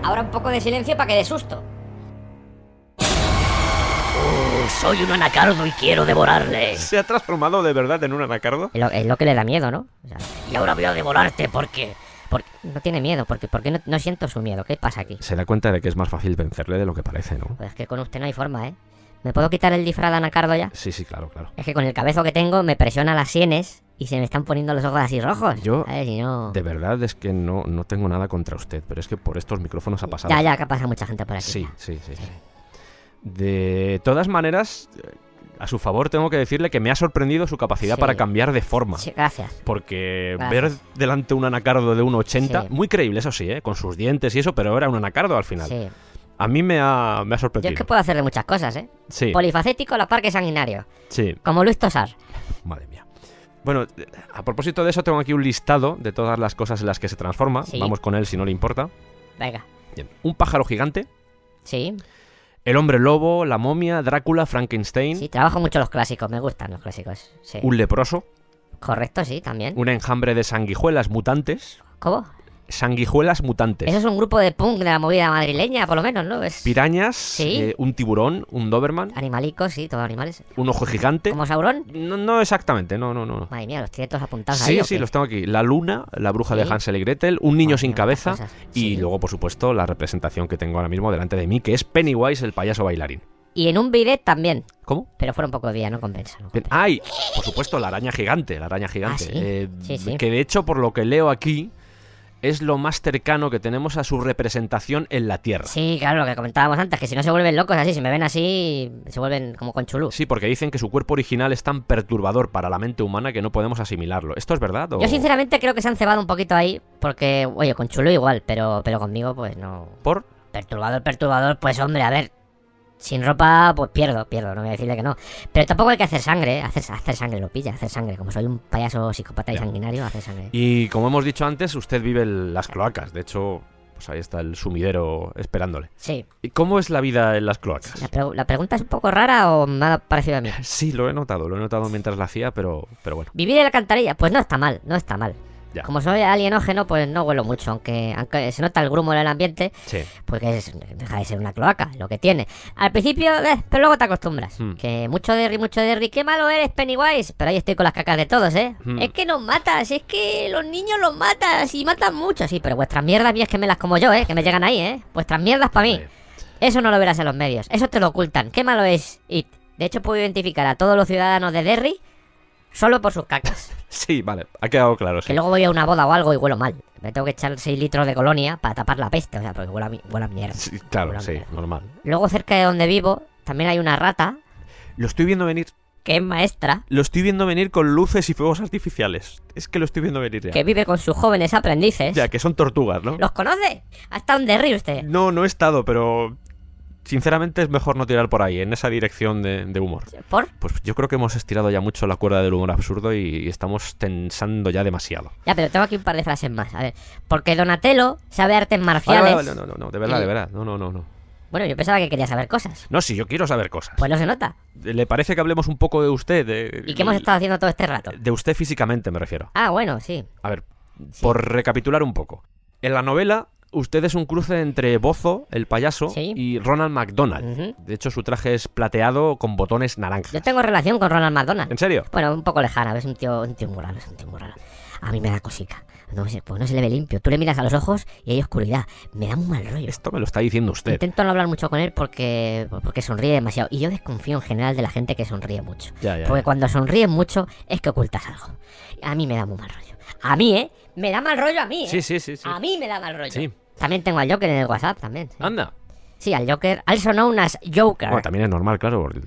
Speaker 2: Ahora un poco de silencio para que dé susto.
Speaker 5: Oh, Soy un anacardo y quiero devorarle.
Speaker 1: ¿Se ha transformado de verdad en un anacardo?
Speaker 2: Es lo, es lo que le da miedo, ¿no? O sea,
Speaker 5: Y ahora voy a devorarte porque...
Speaker 2: Por- no tiene miedo, porque, porque no, no siento su miedo. ¿Qué pasa aquí?
Speaker 1: Se da cuenta de que es más fácil vencerle de lo que parece, ¿no?
Speaker 2: Pues es que con usted no hay forma, ¿eh? ¿Me puedo quitar el disfraz de anacardo ya?
Speaker 1: Sí, sí, claro, claro.
Speaker 2: Es que con el cabezo que tengo me presiona las sienes y se me están poniendo los ojos así rojos.
Speaker 1: Yo-
Speaker 2: A ver si no...
Speaker 1: De verdad es que no, no tengo nada contra usted, pero es que por estos micrófonos ha pasado.
Speaker 2: Ya, ya, que pasa mucha gente por aquí.
Speaker 1: Sí, sí, sí, sí. De todas maneras, eh, a su favor tengo que decirle que me ha sorprendido su capacidad
Speaker 2: Sí.
Speaker 1: para cambiar de forma.
Speaker 2: Sí, gracias.
Speaker 1: Porque
Speaker 2: Gracias.
Speaker 1: ver delante un anacardo de 1,80,
Speaker 2: Sí.
Speaker 1: muy creíble, eso sí, ¿eh? con sus dientes y eso, pero era un anacardo al final.
Speaker 2: Sí.
Speaker 1: A mí me ha, me ha
Speaker 2: Yo
Speaker 1: sorprendido.
Speaker 2: es que puedo hacer de muchas cosas, ¿eh?
Speaker 1: Sí,
Speaker 2: Polifacético, los parques sanguinarios.
Speaker 1: sí,
Speaker 2: Como Luis Tosar.
Speaker 1: madre mía. Bueno, eh, a propósito de eso, tengo aquí un listado de todas las cosas en las que se transforma.
Speaker 2: Sí.
Speaker 1: Vamos con él si no le importa.
Speaker 2: Venga.
Speaker 1: Bien. Un pájaro gigante,
Speaker 2: Sí.
Speaker 1: el hombre lobo, la momia, Drácula, Frankenstein,
Speaker 2: Sí, trabajo mucho los clásicos. Me gustan los clásicos. Sí.
Speaker 1: un leproso,
Speaker 2: Correcto, sí, también.
Speaker 1: un enjambre de sanguijuelas mutantes.
Speaker 2: ¿Cómo?
Speaker 1: sanguijuelas mutantes.
Speaker 2: Eso es un grupo de punk de la movida madrileña, por lo menos, ¿no? Es...
Speaker 1: Pirañas,
Speaker 2: Sí.
Speaker 1: eh, un tiburón, un Doberman,
Speaker 2: Animalicos, sí, todos animales.
Speaker 1: un ojo gigante.
Speaker 2: ¿Como Sauron?
Speaker 1: No, no exactamente, no, no, no.
Speaker 2: Madre mía, los tiene todos apuntados ahí.
Speaker 1: Sí,
Speaker 2: ¿o
Speaker 1: sí,
Speaker 2: qué?
Speaker 1: los tengo aquí. La luna, la bruja de
Speaker 2: Sí.
Speaker 1: Hansel y Gretel, un niño
Speaker 2: Madre
Speaker 1: sin
Speaker 2: mía,
Speaker 1: cabeza
Speaker 2: cuántas cosas.
Speaker 1: y
Speaker 2: Sí.
Speaker 1: luego, por supuesto, la representación que tengo ahora mismo delante de mí, que es Pennywise, el payaso bailarín.
Speaker 2: Y en un bidet también.
Speaker 1: ¿Cómo?
Speaker 2: Pero fueron poco día, no compensa. no
Speaker 1: Bien.
Speaker 2: compensa.
Speaker 1: ¡Ay! Por supuesto, la araña gigante, la araña gigante.
Speaker 2: Ah, sí.
Speaker 1: Eh,
Speaker 2: Sí, sí.
Speaker 1: Que de hecho, por lo que leo aquí, es lo más cercano que tenemos a su representación en la Tierra.
Speaker 2: Pues Sí, claro, lo que comentábamos antes, que si no se vuelven locos así, si me ven así, se vuelven como con chulú.
Speaker 1: Sí, porque dicen que su cuerpo original es tan perturbador para la mente humana que no podemos asimilarlo. ¿Esto es verdad? o-
Speaker 2: Yo sinceramente creo que se han cebado un poquito ahí, porque, oye, con chulo igual, pero, pero conmigo pues no.
Speaker 1: ¿Por?
Speaker 2: Perturbador, perturbador, pues hombre, a ver. Sin ropa, pues pierdo, pierdo, no voy a decirle que no. Pero tampoco hay que hacer sangre, ¿eh? hacer, hacer sangre lo pilla, hacer sangre. Como soy un payaso psicópata y
Speaker 1: Ya.
Speaker 2: sanguinario, hacer sangre.
Speaker 1: Y como hemos dicho antes, usted vive en las cloacas. De hecho, pues ahí está el sumidero esperándole.
Speaker 2: Sí,
Speaker 1: ¿Y cómo es la vida en las
Speaker 2: la,
Speaker 1: cloacas?
Speaker 2: pregu- la pregunta es un poco rara o me ha parecido a mí.
Speaker 1: Sí, lo he notado, lo he notado mientras la hacía, pero, pero bueno.
Speaker 2: Vivir en la alcantarilla, pues no está mal, no está mal.
Speaker 1: Ya.
Speaker 2: Como soy alienógeno, pues no huelo mucho, aunque, aunque se nota el grumo en el ambiente,
Speaker 1: Sí.
Speaker 2: porque es, deja de ser una cloaca, lo que tiene. Al principio, eh, pero luego te acostumbras.
Speaker 1: Hmm.
Speaker 2: Que mucho Derry, mucho Derry, qué malo eres, Pennywise. Pero ahí estoy con las cacas de todos, ¿eh?
Speaker 1: Hmm.
Speaker 2: Es que nos matas, es que los niños los matas y matan mucho. Sí, pero vuestras mierdas bien que me las como yo, ¿eh? Que me llegan ahí, ¿eh? Vuestras mierdas para mí.
Speaker 1: Hombre.
Speaker 2: Eso no lo verás en los medios, eso te lo ocultan. Qué malo es It. De hecho, puedo identificar a todos los ciudadanos de Derry solo por sus cacas.
Speaker 1: Sí, vale, ha quedado claro.
Speaker 2: Que
Speaker 1: Sí.
Speaker 2: luego voy a una boda o algo y huelo mal. Me tengo que echar 6 litros de colonia para tapar la peste, o sea, porque huele a, mi- huele a mierda.
Speaker 1: Sí,
Speaker 2: Una
Speaker 1: claro, sí,
Speaker 2: mierda.
Speaker 1: normal.
Speaker 2: Luego cerca de donde vivo también hay una rata
Speaker 1: Lo estoy viendo venir.
Speaker 2: que es maestra,
Speaker 1: Lo estoy viendo venir con luces y fuegos artificiales. Es que lo estoy viendo venir ya.
Speaker 2: que vive con sus jóvenes aprendices.
Speaker 1: Ya, que son tortugas, ¿no?
Speaker 2: ¿Los conoce? ¿Hasta donde ríe usted?
Speaker 1: No, no he estado, pero. Sinceramente es mejor no tirar por ahí, en esa dirección de, de humor.
Speaker 2: ¿Por?
Speaker 1: Pues yo creo que hemos estirado ya mucho la cuerda del humor absurdo y, y estamos tensando ya demasiado.
Speaker 2: Ya, pero tengo aquí un par de frases más. A ver, porque Donatello sabe artes
Speaker 1: Vale,
Speaker 2: marciales.
Speaker 1: vale, vale, Ah, no, no, no, de verdad, de verdad. No, no, no, no.
Speaker 2: Bueno, yo pensaba que quería saber cosas.
Speaker 1: No, sí, yo quiero saber cosas.
Speaker 2: Pues no se nota.
Speaker 1: ¿Le parece que hablemos un poco de usted? De,
Speaker 2: ¿Y qué hemos estado haciendo todo este rato?
Speaker 1: De usted físicamente, me refiero.
Speaker 2: Ah, bueno, sí.
Speaker 1: A ver, por recapitular un poco. En la novela, usted es un cruce entre Bozo, el payaso,
Speaker 2: Sí.
Speaker 1: y Ronald McDonald.
Speaker 2: Ujú.
Speaker 1: De hecho, su traje es plateado con botones naranjas.
Speaker 2: Yo tengo relación con Ronald McDonald.
Speaker 1: ¿En serio?
Speaker 2: Bueno, un poco lejana, es un tío, un tío muy raro, es un tío muy raro. A mí me da cosica. No sé, pues no se le ve limpio. Tú le miras a los ojos y hay oscuridad. Me da un mal rollo.
Speaker 1: Esto me lo está diciendo usted.
Speaker 2: Intento no hablar mucho con él porque, porque sonríe demasiado. Y yo desconfío en general de la gente que sonríe mucho.
Speaker 1: Ya, ya,
Speaker 2: porque
Speaker 1: ya.
Speaker 2: cuando sonríes mucho es que ocultas algo. A mí me da muy mal rollo. A mí, ¿eh? Me da mal rollo a mí, ¿eh?
Speaker 1: Sí, sí, sí, sí.
Speaker 2: A mí me da mal rollo.
Speaker 1: Sí.
Speaker 2: También tengo al Joker en el WhatsApp, también. sí.
Speaker 1: Anda.
Speaker 2: Sí, al Joker. Also known as Joker.
Speaker 1: Bueno, también es normal, claro, el,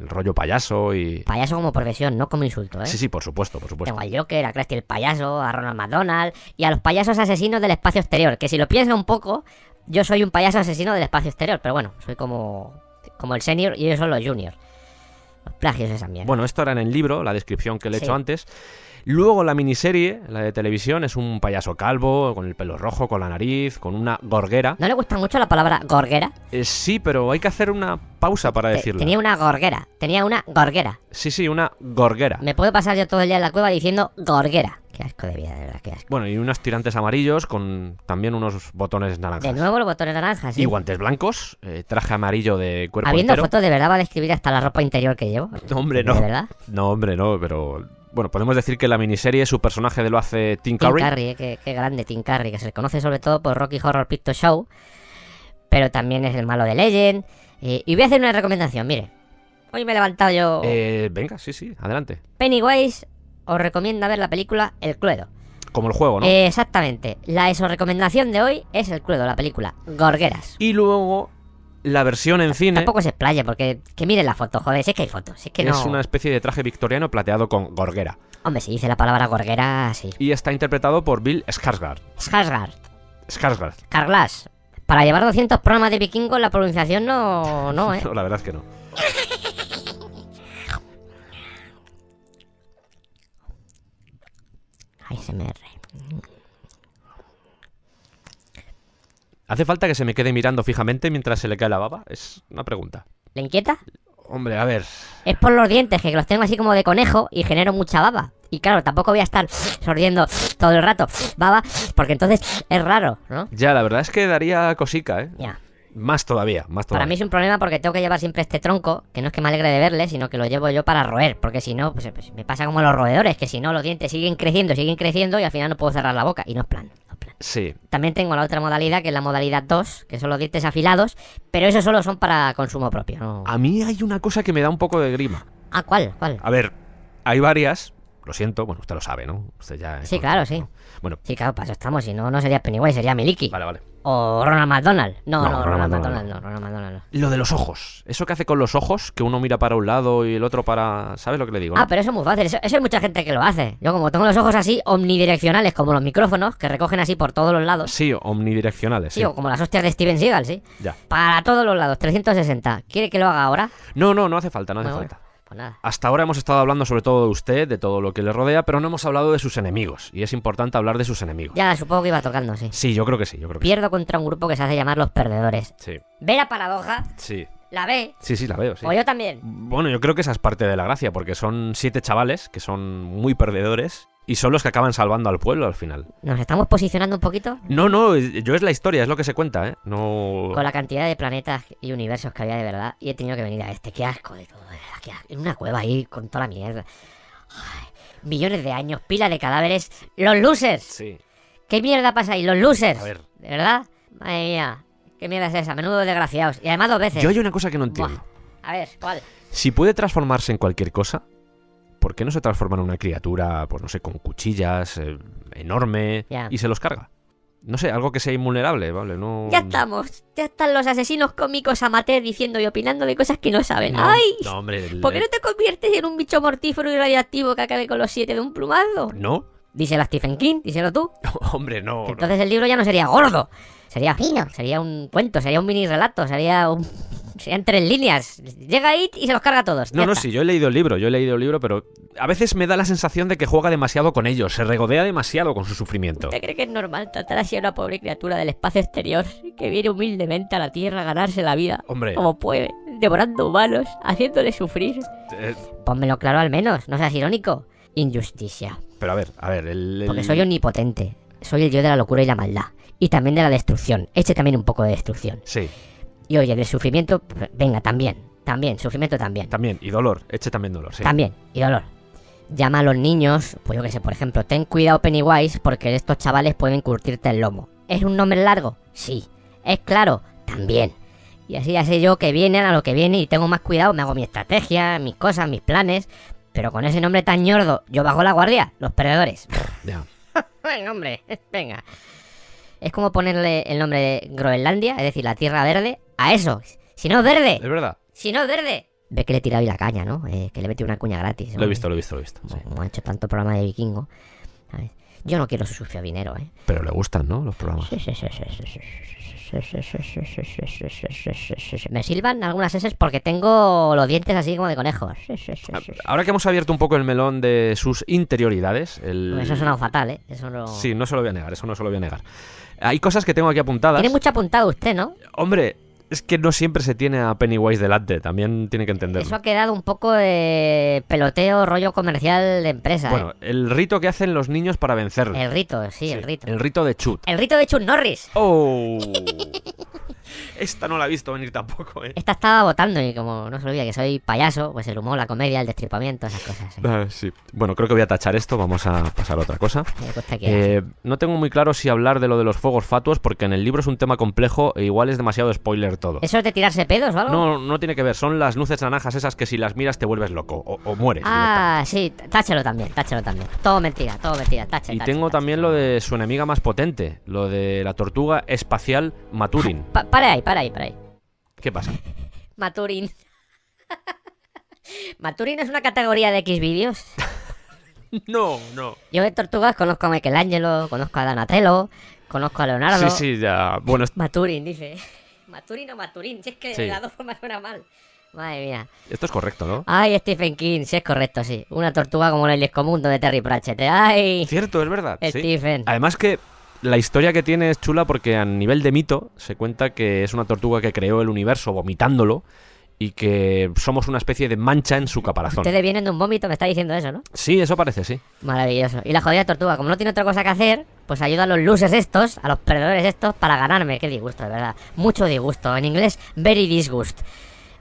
Speaker 1: el rollo payaso y...
Speaker 2: Payaso como profesión, no como insulto, ¿eh?
Speaker 1: Sí, sí, por supuesto, por supuesto.
Speaker 2: Tengo al Joker, a Krusty el payaso, a Ronald McDonald y a los payasos asesinos del espacio exterior. Que si lo piensa un poco, yo soy un payaso asesino del espacio exterior, pero bueno, soy como, como el senior y ellos son los juniors. Los plagios de esa mierda.
Speaker 1: Bueno, esto era en el libro, la descripción que le he
Speaker 2: Sí.
Speaker 1: hecho antes. Luego la miniserie, la de televisión, es un payaso calvo, con el pelo rojo, con la nariz, con una gorguera.
Speaker 2: ¿No le gusta mucho la palabra gorguera?
Speaker 1: Eh, sí, pero hay que hacer una pausa para
Speaker 2: Te-
Speaker 1: decirlo.
Speaker 2: Tenía una gorguera, tenía una gorguera.
Speaker 1: Sí, sí, una gorguera.
Speaker 2: Me puedo pasar yo todo el día en la cueva diciendo gorguera. Qué asco de vida, de verdad, qué asco.
Speaker 1: Bueno, y unos tirantes amarillos con también unos botones naranjas.
Speaker 2: De nuevo los botones naranjas. ¿sí?
Speaker 1: Y guantes blancos, eh, traje amarillo de cuerpo
Speaker 2: Habiendo
Speaker 1: entero.
Speaker 2: fotos, de verdad va a describir hasta la ropa interior que llevo.
Speaker 1: No, hombre, no.
Speaker 2: ¿De verdad?
Speaker 1: No, hombre, no, pero... Bueno, podemos decir que en la miniserie su personaje lo hace Tim
Speaker 2: Tim
Speaker 1: Curry.
Speaker 2: Curry, eh, qué, qué grande Tim Curry, que se le conoce sobre todo por Rocky Horror Picture Show, pero también es el malo de Legend. eh, y voy a hacer una recomendación, mire. Hoy me he levantado yo...
Speaker 1: Eh, venga, sí, sí, adelante.
Speaker 2: Pennywise os recomienda ver la película El Cluedo.
Speaker 1: Como el juego, ¿no?
Speaker 2: Eh, exactamente. La eso recomendación de hoy es El Cluedo, la película. Gorgueras.
Speaker 1: Y luego, la versión en cine
Speaker 2: Tampoco se playa, porque que miren la foto, joder, si es que hay fotos, si es que no...
Speaker 1: es una especie de traje victoriano plateado con gorguera.
Speaker 2: Hombre, si dice la palabra gorguera, sí.
Speaker 1: Y está interpretado por Bill Skarsgård.
Speaker 2: Skarsgård,
Speaker 1: Skarsgård.
Speaker 2: Carglass. Para llevar 200 programas de vikingo la pronunciación no... no, eh.
Speaker 1: No, la verdad es que no.
Speaker 2: ASMR.
Speaker 1: ¿Hace falta que se me quede mirando fijamente mientras se le cae la baba? Es una pregunta.
Speaker 2: ¿Le inquieta?
Speaker 1: Hombre, a ver.
Speaker 2: Es por los dientes, que los tengo así como de conejo y genero mucha baba. Y claro, tampoco voy a estar sordiendo todo el rato baba, porque entonces es raro, ¿no?
Speaker 1: Ya, la verdad es que daría cosica, ¿eh?
Speaker 2: Ya.
Speaker 1: Más todavía, más todavía.
Speaker 2: Para mí es un problema porque tengo que llevar siempre este tronco, que no es que me alegre de verle, sino que lo llevo yo para roer, porque si no, pues, pues, me pasa como los roedores, que si no los dientes siguen creciendo, siguen creciendo y al final no puedo cerrar la boca. Y no es plan, no es plan.
Speaker 1: Sí.
Speaker 2: También tengo la otra modalidad, que es la modalidad 2, que son los dientes afilados, pero esos solo son para consumo
Speaker 1: Ah.
Speaker 2: propio. ¿no?
Speaker 1: A mí hay una cosa que me da un poco de grima.
Speaker 2: Ah, ¿cuál? ¿Cuál?
Speaker 1: A ver, hay varias, Lo siento, bueno, usted lo sabe, ¿no? Usted ya. es
Speaker 2: Sí,
Speaker 1: consciente,
Speaker 2: claro, sí.
Speaker 1: ¿no? Bueno,
Speaker 2: Sí, claro, para eso estamos. Si no, no sería Pennywise, sería Miliki.
Speaker 1: vale, vale.
Speaker 2: O Ronald McDonald. No,
Speaker 1: No,
Speaker 2: no,
Speaker 1: Ronald
Speaker 2: Ronald,
Speaker 1: McDonald
Speaker 2: McDonald, no, Ronald McDonald. no.
Speaker 1: Lo de los ojos. Eso que hace con los ojos, que uno mira para un lado y el otro para. ¿Sabes lo que le digo? no?
Speaker 2: Ah, pero eso es muy fácil. Eso, eso hay mucha gente que lo hace. Yo, como tengo los ojos así omnidireccionales, como los micrófonos, que recogen así por todos los lados.
Speaker 1: Sí, omnidireccionales.
Speaker 2: Sí,
Speaker 1: sí.
Speaker 2: o como las hostias de Steven Seagal, sí.
Speaker 1: Ya.
Speaker 2: Para todos los lados, 360. ¿Quiere que lo haga ahora?
Speaker 1: No, no, no hace falta, no hace
Speaker 2: Bueno,
Speaker 1: falta.
Speaker 2: bueno, pues nada.
Speaker 1: Hasta ahora hemos estado hablando sobre todo de usted, de todo lo que le rodea, pero no hemos hablado de sus enemigos. Y es importante hablar de sus enemigos.
Speaker 2: Ya supongo que iba tocando, sí.
Speaker 1: Sí, yo creo que sí, yo creo que sí.
Speaker 2: Pierdo contra un grupo que se hace llamar los perdedores.
Speaker 1: Sí,
Speaker 2: Ve la paradoja,
Speaker 1: sí.
Speaker 2: la ve,
Speaker 1: Sí, sí, la veo, sí.
Speaker 2: o yo también.
Speaker 1: Bueno, yo creo que esa es parte de la gracia, porque son siete chavales que son muy perdedores y son los que acaban salvando al pueblo al final.
Speaker 2: Nos estamos posicionando un poquito
Speaker 1: No, no, yo es la historia, es lo que se cuenta, ¿eh? No.
Speaker 2: con la cantidad de planetas y universos que había de verdad. Y he tenido que venir a este. Qué asco de todo, de verdad, qué asco. En una cueva ahí con toda la mierda. Ay, millones de años, pila de cadáveres. Los losers.
Speaker 1: Sí.
Speaker 2: ¿Qué mierda pasa ahí? Los losers.
Speaker 1: A ver.
Speaker 2: ¿De verdad? Madre mía. ¿Qué mierda es esa? Menudo desgraciados. Y además dos veces.
Speaker 1: Yo hay una cosa que no
Speaker 2: Buah.
Speaker 1: entiendo.
Speaker 2: A ver, ¿cuál?
Speaker 1: Si puede transformarse en cualquier cosa, ¿por qué no se transforma en una criatura, pues no sé, con cuchillas, eh, enorme,
Speaker 2: Ya.
Speaker 1: y se los carga? No sé, algo que sea invulnerable, ¿vale? No...
Speaker 2: Ya estamos. Ya están los asesinos cómicos amateur diciendo y opinando de cosas que no saben.
Speaker 1: No,
Speaker 2: ¡Ay!
Speaker 1: No, hombre. el-
Speaker 2: ¿Por qué no te conviertes en un bicho mortífero y radioactivo que acabe con los siete de un plumazo?
Speaker 1: ¿No?
Speaker 2: Díselo a Stephen King, díselo tú.
Speaker 1: Hombre, no. no.
Speaker 2: Entonces el libro ya no sería gordo, sería fino, sería un cuento, sería un mini relato, sería un... Serían tres líneas. Llega It y se los carga a todos.
Speaker 1: No,
Speaker 2: Ya
Speaker 1: no,
Speaker 2: está.
Speaker 1: sí, yo he leído el libro, yo he leído el libro, pero a veces me da la sensación de que juega demasiado con ellos, se regodea demasiado con su sufrimiento.
Speaker 2: ¿Usted cree que es normal tratar así a una pobre criatura del espacio exterior que viene humildemente a la Tierra a ganarse la vida
Speaker 1: Hombre,
Speaker 2: como puede, devorando humanos, haciéndole sufrir?
Speaker 1: eh,
Speaker 2: Pónmelo claro al menos, no seas irónico. Injusticia.
Speaker 1: pero a ver, a ver, el... el-
Speaker 2: Porque soy omnipotente. Soy el yo de la locura y la maldad. Y también de la destrucción. Eche también un poco de destrucción.
Speaker 1: Sí,
Speaker 2: Y oye, del sufrimiento, pues, venga, también. También, sufrimiento también.
Speaker 1: también, y dolor, eche también dolor, sí.
Speaker 2: También, y dolor. Llama a los niños, pues yo que sé, por ejemplo, ten cuidado Pennywise porque estos chavales pueden curtirte el lomo. ¿Es un nombre largo? Sí. ¿Es claro? También. Y así ya sé yo que vienen a lo que viene y tengo más cuidado, me hago mi estrategia, mis cosas, mis planes. Pero con ese nombre tan ñordo, yo bajo la guardia, los perdedores.
Speaker 1: Ya.
Speaker 2: Venga, hombre, venga. Es como ponerle el nombre de Groenlandia, es decir, la Tierra Verde, a eso. Si no es verde,
Speaker 1: Es verdad,
Speaker 2: si no es verde. Ve que le he tirado ahí la caña, ¿no? Eh, que le he metido una cuña gratis.
Speaker 1: lo he visto, lo he visto, lo he visto. sí.
Speaker 2: Como ha hecho tanto programa de vikingo. ¿sabes? Yo no quiero su sucio dinero, ¿eh?
Speaker 1: Pero le gustan, ¿no? Los programas.
Speaker 2: Me silban algunas heces porque tengo los dientes así como de conejos.
Speaker 1: Ahora que hemos abierto un poco el melón de sus interioridades, el...
Speaker 2: Eso ha sonado fatal, ¿eh? Eso no...
Speaker 1: Sí, no se lo voy a negar, eso no se lo voy a negar. Hay cosas que tengo aquí apuntadas.
Speaker 2: Tiene mucho apuntado usted, ¿no?
Speaker 1: Hombre, es que no siempre se tiene a Pennywise delante, también tiene que entenderlo.
Speaker 2: Eso ha quedado un poco de peloteo, rollo comercial de empresa, ¿eh?
Speaker 1: Bueno, el rito que hacen los niños para vencerlo.
Speaker 2: El rito, sí, el
Speaker 1: Sí,
Speaker 2: rito.
Speaker 1: El rito de Chut.
Speaker 2: El rito de Chuck Norris.
Speaker 1: ¡Oh! Esta no la he visto venir tampoco, ¿eh?
Speaker 2: Esta estaba votando y como no se olvida que soy payaso, pues el humor, la comedia, el destripamiento, esas cosas. ¿eh?
Speaker 1: Ah, sí. Bueno, creo que voy a tachar esto, vamos a pasar a otra cosa.
Speaker 2: Lo que usted quiera.
Speaker 1: Eh, no tengo muy claro si hablar de lo de los fuegos fatuos porque en el libro es un tema complejo e igual es demasiado spoiler todo.
Speaker 2: ¿Eso es de tirarse pedos o algo?
Speaker 1: No, no tiene que ver, son las luces naranjas esas que si las miras te vuelves loco o, o mueres.
Speaker 2: ah, sí, t- táchalo también, táchalo también. Todo mentira, todo mentira, táchalo.
Speaker 1: Y tengo también lo de su enemiga más potente, lo de la tortuga espacial Maturin.
Speaker 2: para ahí, para ahí, para ahí.
Speaker 1: ¿Qué pasa?
Speaker 2: Maturin. Maturin es una categoría de X vídeos.
Speaker 1: No, no.
Speaker 2: Yo de tortugas conozco a Michelangelo, conozco a Donatello, conozco a Leonardo.
Speaker 1: Sí, sí, ya. Bueno, es-
Speaker 2: Maturin, dice. Maturin o Maturin, si es que
Speaker 1: Sí.
Speaker 2: de las dos formas suena mal. Madre mía.
Speaker 1: esto es correcto, ¿no?
Speaker 2: Ay, Stephen King, sí es correcto, sí. Una tortuga como el Mundo de Terry Pratchett. Ay,
Speaker 1: Cierto, es verdad. sí.
Speaker 2: Stephen.
Speaker 1: Además que la historia que tiene es chula porque a nivel de mito se cuenta que es una tortuga que creó el universo vomitándolo y que somos una especie de mancha en su caparazón.
Speaker 2: Ustedes vienen de un vómito, me está diciendo eso, ¿no?
Speaker 1: Sí, eso parece, sí.
Speaker 2: Maravilloso. Y la jodida tortuga, como no tiene otra cosa que hacer, pues ayuda a los losers estos, a los perdedores estos, para ganarme. Qué disgusto, de verdad. Mucho disgusto. En inglés, very disgust.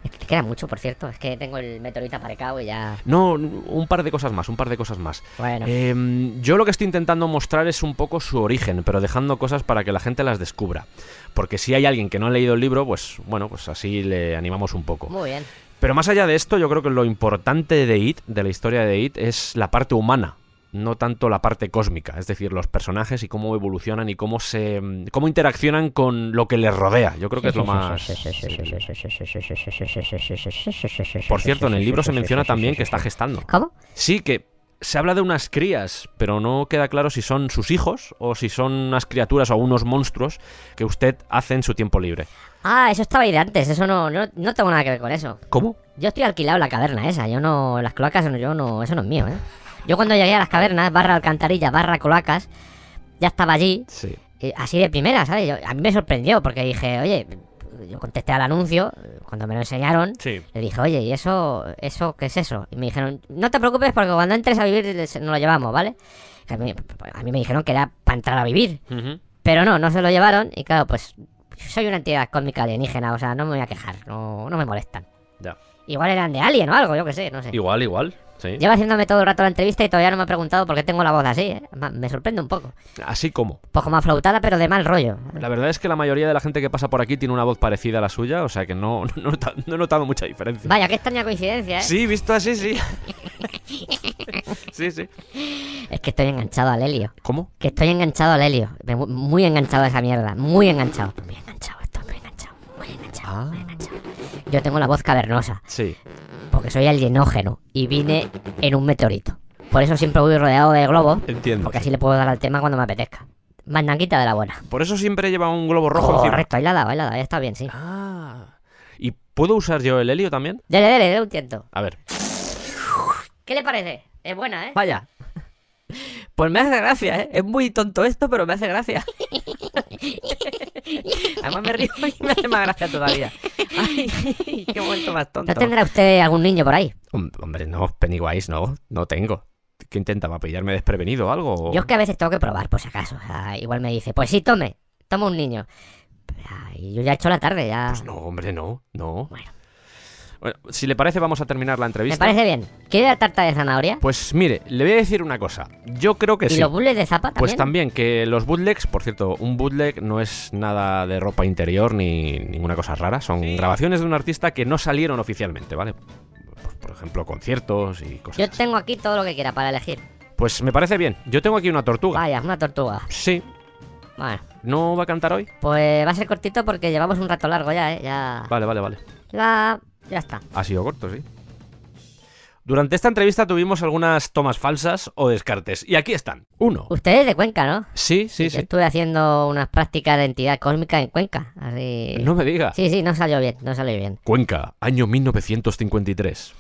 Speaker 2: Es que queda mucho, por cierto. Es que tengo el meteorito aparcado y ya.
Speaker 1: No, un par de cosas más, un par de cosas más.
Speaker 2: Bueno.
Speaker 1: Em, yo lo que estoy intentando mostrar es un poco su origen, pero dejando cosas para que la gente las descubra. Porque si hay alguien que no ha leído el libro, pues bueno, pues así le animamos un poco.
Speaker 2: Muy bien.
Speaker 1: Pero más allá de esto, yo creo que lo importante de It, de la historia de It, es la parte humana, no tanto la parte cósmica, es decir, los personajes y cómo evolucionan y cómo se cómo interaccionan con lo que les rodea. Yo creo que es lo más Por cierto, en el libro se menciona también que está gestando.
Speaker 2: ¿Cómo?
Speaker 1: Sí, que se habla de unas crías, pero no queda claro si son sus hijos o si son unas criaturas o unos monstruos que usted hace en su tiempo libre.
Speaker 2: Ah, eso estaba ahí de antes. Eso no, no, no tengo nada que ver con eso.
Speaker 1: ¿Cómo?
Speaker 2: Yo estoy alquilado en la caverna esa. Yo no. Las cloacas, yo no. Eso no es mío, ¿eh? Yo cuando llegué a las cavernas, barra alcantarilla, barra cloacas, ya estaba allí.
Speaker 1: Sí.
Speaker 2: eh, así de primera, ¿sabes? Yo- a mí me sorprendió porque dije, oye, yo contesté al anuncio, eh, cuando me lo enseñaron,
Speaker 1: Sí.
Speaker 2: le dije, oye, ¿y eso, eso qué es eso? Y me dijeron, no te preocupes porque cuando entres a vivir les- nos lo llevamos, ¿vale? Que A mí, a mí me dijeron que era para entrar a vivir,
Speaker 1: Ujú.
Speaker 2: pero no, no se lo llevaron y claro, pues soy una entidad cósmica alienígena, o sea, no me voy a quejar, no, no me molestan.
Speaker 1: Ya.
Speaker 2: Igual eran de alien o algo, yo qué sé, no sé.
Speaker 1: Igual, igual. Sí.
Speaker 2: Lleva haciéndome todo el rato la entrevista y todavía no me ha preguntado por qué tengo la voz así, ¿eh? Ma- Me sorprende un poco.
Speaker 1: Así como.
Speaker 2: Poco más flautada, pero de mal rollo.
Speaker 1: La verdad es que la mayoría de la gente que pasa por aquí tiene una voz parecida a la suya, o sea que no, no, he nota- no he notado mucha diferencia.
Speaker 2: Vaya, qué extraña coincidencia, ¿eh?
Speaker 1: Sí, visto así, sí. sí, sí.
Speaker 2: Es que estoy enganchado al helio.
Speaker 1: ¿Cómo?
Speaker 2: Que estoy enganchado al helio. Me- Muy enganchado a esa mierda. Muy enganchado. Muy enganchado, estoy muy enganchado. Muy enganchado,
Speaker 1: Ah.
Speaker 2: muy enganchado. Yo tengo la voz cavernosa,
Speaker 1: Sí.
Speaker 2: porque soy alienógeno y vine en un meteorito. Por eso siempre voy rodeado de globos,
Speaker 1: Entiendo.
Speaker 2: porque así le puedo dar al tema cuando me apetezca. Mandanguita de la buena.
Speaker 1: Por eso siempre lleva un globo rojo encima.
Speaker 2: Correcto, ahí la he dado, ahí la he dado, ahí está bien, sí.
Speaker 1: Ah. ¿Y puedo usar yo el helio también?
Speaker 2: Dele, dele, dele un tiento.
Speaker 1: A ver.
Speaker 2: ¿Qué le parece? Es buena, ¿eh?
Speaker 6: Vaya. Pues me hace gracia, ¿eh? Es muy tonto esto, pero me hace gracia. Además me río y me hace más gracia todavía. Ay, qué momento más tonto.
Speaker 2: ¿No tendrá usted algún niño por ahí?
Speaker 1: Hom- Hombre, no, Pennywise, no, Mm, no tengo. ¿Qué intentaba? ¿Pillarme desprevenido Ah, o algo? o-
Speaker 2: Yo es que a veces tengo que probar, por si acaso. O sea, igual me dice, pues sí, tome, toma un niño. Ay, yo ya he hecho la tarde, ya.
Speaker 1: Pues no, hombre, no, no.
Speaker 2: Bueno.
Speaker 1: Bueno, si le parece, vamos a terminar la
Speaker 2: me
Speaker 1: entrevista.
Speaker 2: parece bien. ¿Quiere la tarta de zanahoria?
Speaker 1: Pues mire, le voy a decir una cosa. Yo creo que
Speaker 2: ¿Y
Speaker 1: Eh, sí.
Speaker 2: los bules de zapa también?
Speaker 1: Pues también que los bootlegs, por cierto, un bootleg no es nada de ropa interior ni ninguna cosa rara, son grabaciones de un artista que no salieron oficialmente, ¿vale? Pues, Por, por ejemplo, conciertos y cosas.
Speaker 2: Yo
Speaker 1: así.
Speaker 2: tengo aquí todo lo que quiera para elegir.
Speaker 1: Pues me parece bien. Yo tengo aquí una tortuga.
Speaker 2: Vaya, una tortuga.
Speaker 1: Sí.
Speaker 2: Bueno,
Speaker 1: ¿No va a cantar hoy?
Speaker 2: pues va a ser cortito porque llevamos un rato largo ya, ¿eh? Ya.
Speaker 1: Vale, vale, vale.
Speaker 2: Ya, ya está.
Speaker 1: Ha sido corto, sí. Durante esta entrevista tuvimos algunas tomas falsas o descartes. Y aquí están. Uno.
Speaker 2: Usted es de Cuenca, ¿no?
Speaker 1: Sí, sí,
Speaker 2: Yo
Speaker 1: sí.
Speaker 2: Estuve haciendo unas prácticas de entidad cósmica en Cuenca. Así.
Speaker 1: No me diga.
Speaker 2: Sí, sí, no salió bien, no salió bien.
Speaker 1: Cuenca, año 1953.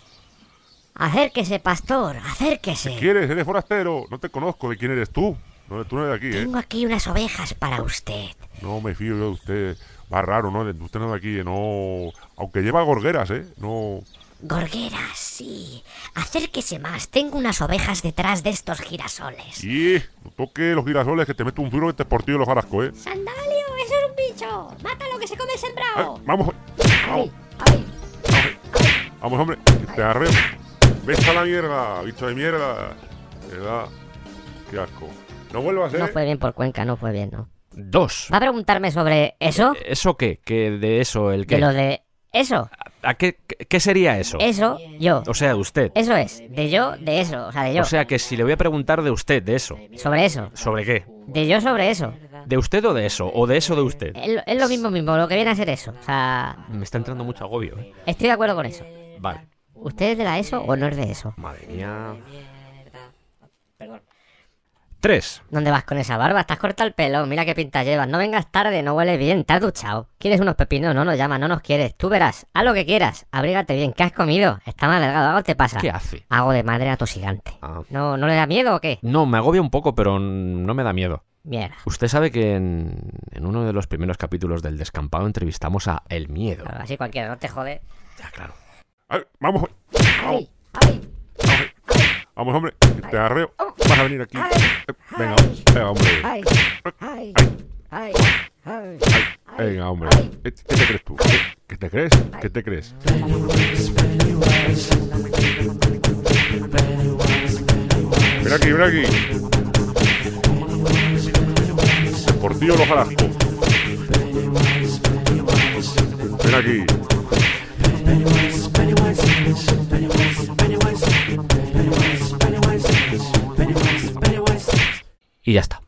Speaker 2: Acérquese, pastor, acérquese.
Speaker 4: ¿Quieres? Eres forastero. No te conozco. ¿De quién eres tú? No, tú no eres de aquí, ¿eh?
Speaker 2: Tengo aquí unas ovejas para usted.
Speaker 4: No me fío yo de usted. Va raro, ¿no? Usted no es de aquí, ¿eh? No... Aunque lleva gorgueras, ¿eh? No...
Speaker 2: Gorgueras, sí. Acérquese más, tengo unas ovejas detrás de estos girasoles.
Speaker 4: Y... No toque los girasoles que te meto un duro que te portillo los jarasco, ¿eh?
Speaker 2: ¡Sandalio, eso es un bicho! ¡Mátalo que se come el
Speaker 4: Ay,
Speaker 2: sembrado!
Speaker 4: Ah, vamos, vamos,
Speaker 2: Oh. ¡Ay!
Speaker 4: vamos, hombre. que Te agarré. Vete a la mierda, bicho de mierda. De ¿Verdad? Qué asco. No vuelvas, ¿eh?
Speaker 2: No fue bien por Cuenca, no fue bien, ¿no?
Speaker 1: Dos.
Speaker 2: ¿Va a preguntarme sobre eso?
Speaker 1: ¿Eso qué? ¿Qué de eso? ¿El Eh, qué?
Speaker 2: De lo de... Eso,
Speaker 1: ¿A qué, qué sería eso?
Speaker 2: eso, yo.
Speaker 1: O sea, de usted.
Speaker 2: Eso es, de yo, de eso, o sea, de yo.
Speaker 1: O sea, que si le voy a preguntar de usted, de eso.
Speaker 2: sobre eso.
Speaker 1: ¿Sobre qué?
Speaker 2: De yo sobre eso.
Speaker 1: ¿De usted o de eso? ¿O de eso de usted?
Speaker 2: Es, lo- es lo mismo mismo, lo que viene a ser eso. O sea,
Speaker 1: Me está entrando mucho agobio, ¿eh?
Speaker 2: estoy de acuerdo con eso.
Speaker 1: Vale.
Speaker 2: ¿Usted es de la ESO o no es de eso?
Speaker 1: Madre mía. Tres.
Speaker 2: ¿Dónde vas con esa barba? Estás corta el pelo, mira qué pinta llevas. No vengas tarde, no hueles bien, te has duchado. ¿Quieres unos pepinos? No nos llamas, no nos quieres. Tú verás, haz lo que quieras. Abrígate bien, ¿qué has comido? Está más delgado, algo te pasa.
Speaker 1: ¿Qué hace?
Speaker 2: Hago de madre atosigante.
Speaker 1: Ah.
Speaker 2: ¿No, ¿No le da miedo o qué?
Speaker 1: No, me agobia un poco, pero no me da miedo.
Speaker 2: Mierda.
Speaker 1: Usted sabe que en, en uno de los primeros capítulos del Descampado entrevistamos a El Miedo.
Speaker 2: Claro, Así cualquiera, no te jode.
Speaker 1: Ya, claro.
Speaker 4: Ay, vamos, vamos,
Speaker 2: ¡Ay! ¡Ay!
Speaker 4: vamos, hombre. que Te agarré.
Speaker 2: Oh.
Speaker 4: Vas a venir aquí. Venga, venga, hombre.
Speaker 2: ¡Ay! ¡Ay! ¡Ay! ¡Ay!
Speaker 4: Venga, hombre. ¿Qué te crees tú? ¿Qué te crees? ¿Qué te crees? Ven aquí, ven aquí. Por Dios, los jarascos. Ven aquí.
Speaker 1: Y ya está.